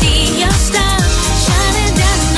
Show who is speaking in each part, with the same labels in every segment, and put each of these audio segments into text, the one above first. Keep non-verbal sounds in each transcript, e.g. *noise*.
Speaker 1: see your star shining down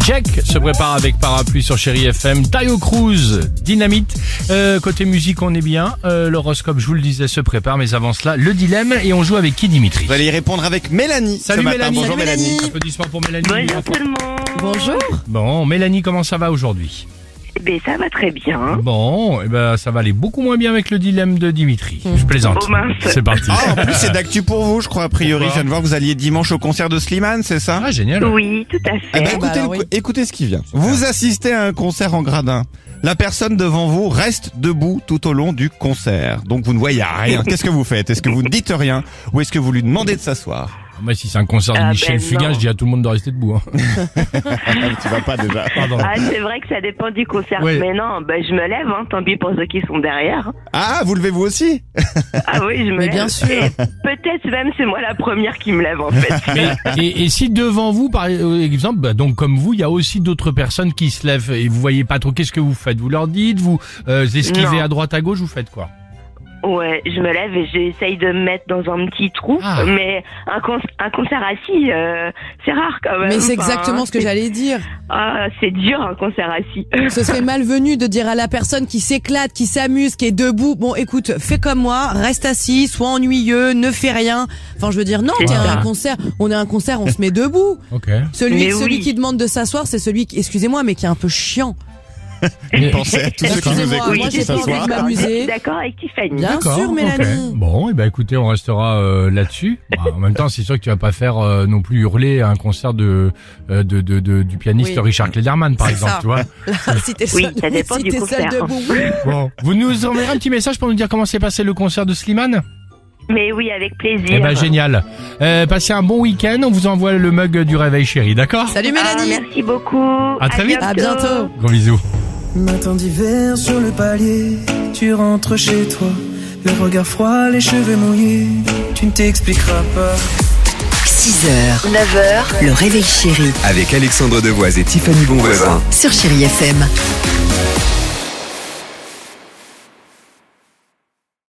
Speaker 1: on me.
Speaker 2: Jack se prépare avec parapluie sur Chéri FM. Tayo Cruz, dynamite. Euh, côté musique, on est bien. Euh, L'horoscope, je vous le disais, se prépare. Mais avant cela, le dilemme. Et on joue avec qui, Dimitri
Speaker 3: Vous allez y répondre avec Mélanie. ce
Speaker 2: Salut
Speaker 3: matin.
Speaker 2: Mélanie.
Speaker 3: Bonjour
Speaker 2: Salut
Speaker 3: Mélanie.
Speaker 2: Applaudissements pour Mélanie.
Speaker 4: Bonjour tout le monde.
Speaker 5: Bonjour.
Speaker 2: Bon, Mélanie, comment ça va aujourd'hui
Speaker 4: Eh bien, ça va très bien.
Speaker 2: Bon, eh ben, ça va aller beaucoup moins bien avec le dilemme de Dimitri. Je plaisante.
Speaker 4: Oh mince.
Speaker 2: C'est parti.
Speaker 3: Ah, en plus, c'est d'actu pour vous, je crois, a priori. Je
Speaker 2: Pourquoi
Speaker 3: viens de voir que vous alliez dimanche au concert de Slimane, c'est ça
Speaker 2: Ah, génial.
Speaker 4: Oui, tout à
Speaker 3: Eh ben,
Speaker 6: bah
Speaker 4: fait.
Speaker 3: écoutez, le- écoutez ce qui vient. Vous assistez à un concert en gradin. La personne devant vous reste debout tout au long du concert. Donc vous ne voyez rien. Qu'est-ce que vous faites Est-ce que vous ne dites rien Ou est-ce que vous lui demandez de s'asseoir
Speaker 2: Mais si c'est un concert de
Speaker 4: Ah,
Speaker 2: Michel
Speaker 4: ben
Speaker 2: Fugain,
Speaker 4: non.
Speaker 2: je dis à tout le monde de rester debout. hein.
Speaker 6: Ah,
Speaker 3: Tu vas pas déjà.
Speaker 2: Pardon.
Speaker 4: Ah, c'est vrai que ça dépend du concert.
Speaker 2: Ouais.
Speaker 4: Mais non, ben, je me lève, hein, tant pis pour ceux qui sont derrière.
Speaker 3: Ah, vous levez-vous aussi
Speaker 4: Ah oui, je me lève.
Speaker 5: bien sûr.
Speaker 4: Et Peut-être même c'est moi la première qui me lève en
Speaker 6: *laughs*
Speaker 4: fait.
Speaker 2: Mais- et, et si devant vous, par exemple, bah, donc comme vous, il y a aussi d'autres personnes qui se lèvent et vous voyez pas trop, qu'est-ce que vous faites Vous leur dites, vous euh, esquivez
Speaker 4: Non.
Speaker 2: à droite à gauche, vous faites quoi
Speaker 4: Ouais, je me lève et j'essaye de me mettre dans un petit trou.
Speaker 2: Ah.
Speaker 4: Mais un, con- un concert assis, euh, c'est rare quand même. hein.
Speaker 6: Mais c'est
Speaker 4: Enfin,
Speaker 6: exactement ce que
Speaker 4: c'est-
Speaker 6: j'allais dire.
Speaker 4: *laughs* Ah, c'est dur un concert assis.
Speaker 6: Ce serait malvenu de dire à la personne qui s'éclate, qui s'amuse, qui est debout, bon écoute, fais comme moi, reste assis, sois ennuyeux, ne fais rien. Enfin je veux dire, non,
Speaker 4: C'est
Speaker 6: t'es à
Speaker 4: ça.
Speaker 6: un concert, on est à un concert, on se met debout.
Speaker 2: Ok.
Speaker 6: Celui,
Speaker 4: Mais
Speaker 6: celui
Speaker 4: oui.
Speaker 6: qui demande de s'asseoir, c'est celui qui, excusez-moi, mais qui est un peu chiant.
Speaker 3: Pensez à tous ceux qui nous
Speaker 6: Excusez-moi,
Speaker 3: écoutent.
Speaker 6: moi
Speaker 4: Oui,
Speaker 6: j'ai
Speaker 4: je
Speaker 6: pas
Speaker 4: suis
Speaker 6: envie de m'amuser.
Speaker 4: D'accord avec Tiffany.
Speaker 6: Bien sûr, Mélanie.
Speaker 2: Bon, et ben écoutez, on restera euh, là-dessus. Bah, en même temps, c'est sûr que tu vas pas faire euh, non plus hurler à un concert de, euh, de, de, de- du pianiste
Speaker 6: Oui.
Speaker 2: Richard Klederman, par
Speaker 6: C'est
Speaker 2: exemple.
Speaker 6: ça.
Speaker 2: Tu vois
Speaker 6: Là, si t'es
Speaker 4: Oui,
Speaker 6: seul,
Speaker 4: ça dépend
Speaker 6: si
Speaker 4: du
Speaker 6: t'es seul
Speaker 4: concert.
Speaker 6: debout,
Speaker 4: *laughs*
Speaker 6: oui.
Speaker 2: bon, vous nous enverrez un petit message pour nous dire comment s'est passé le concert de Slimane
Speaker 4: Mais oui, avec plaisir.
Speaker 2: Eh ben génial. Euh, passez un bon week-end. On vous envoie le mug du réveil, chéri. D'accord
Speaker 6: Salut
Speaker 4: Ah,
Speaker 6: Mélanie.
Speaker 4: merci beaucoup.
Speaker 2: À très vite.
Speaker 6: À bientôt.
Speaker 2: Gros bisous.
Speaker 7: Matin d'hiver sur le palier, tu rentres chez toi. Le regard froid, les cheveux mouillés, tu ne t'expliqueras pas.
Speaker 5: 6h, 9h, le réveil chéri
Speaker 8: Avec Alexandre Devoise et Tiffany Bonvoisin.
Speaker 5: sur Chéri FM.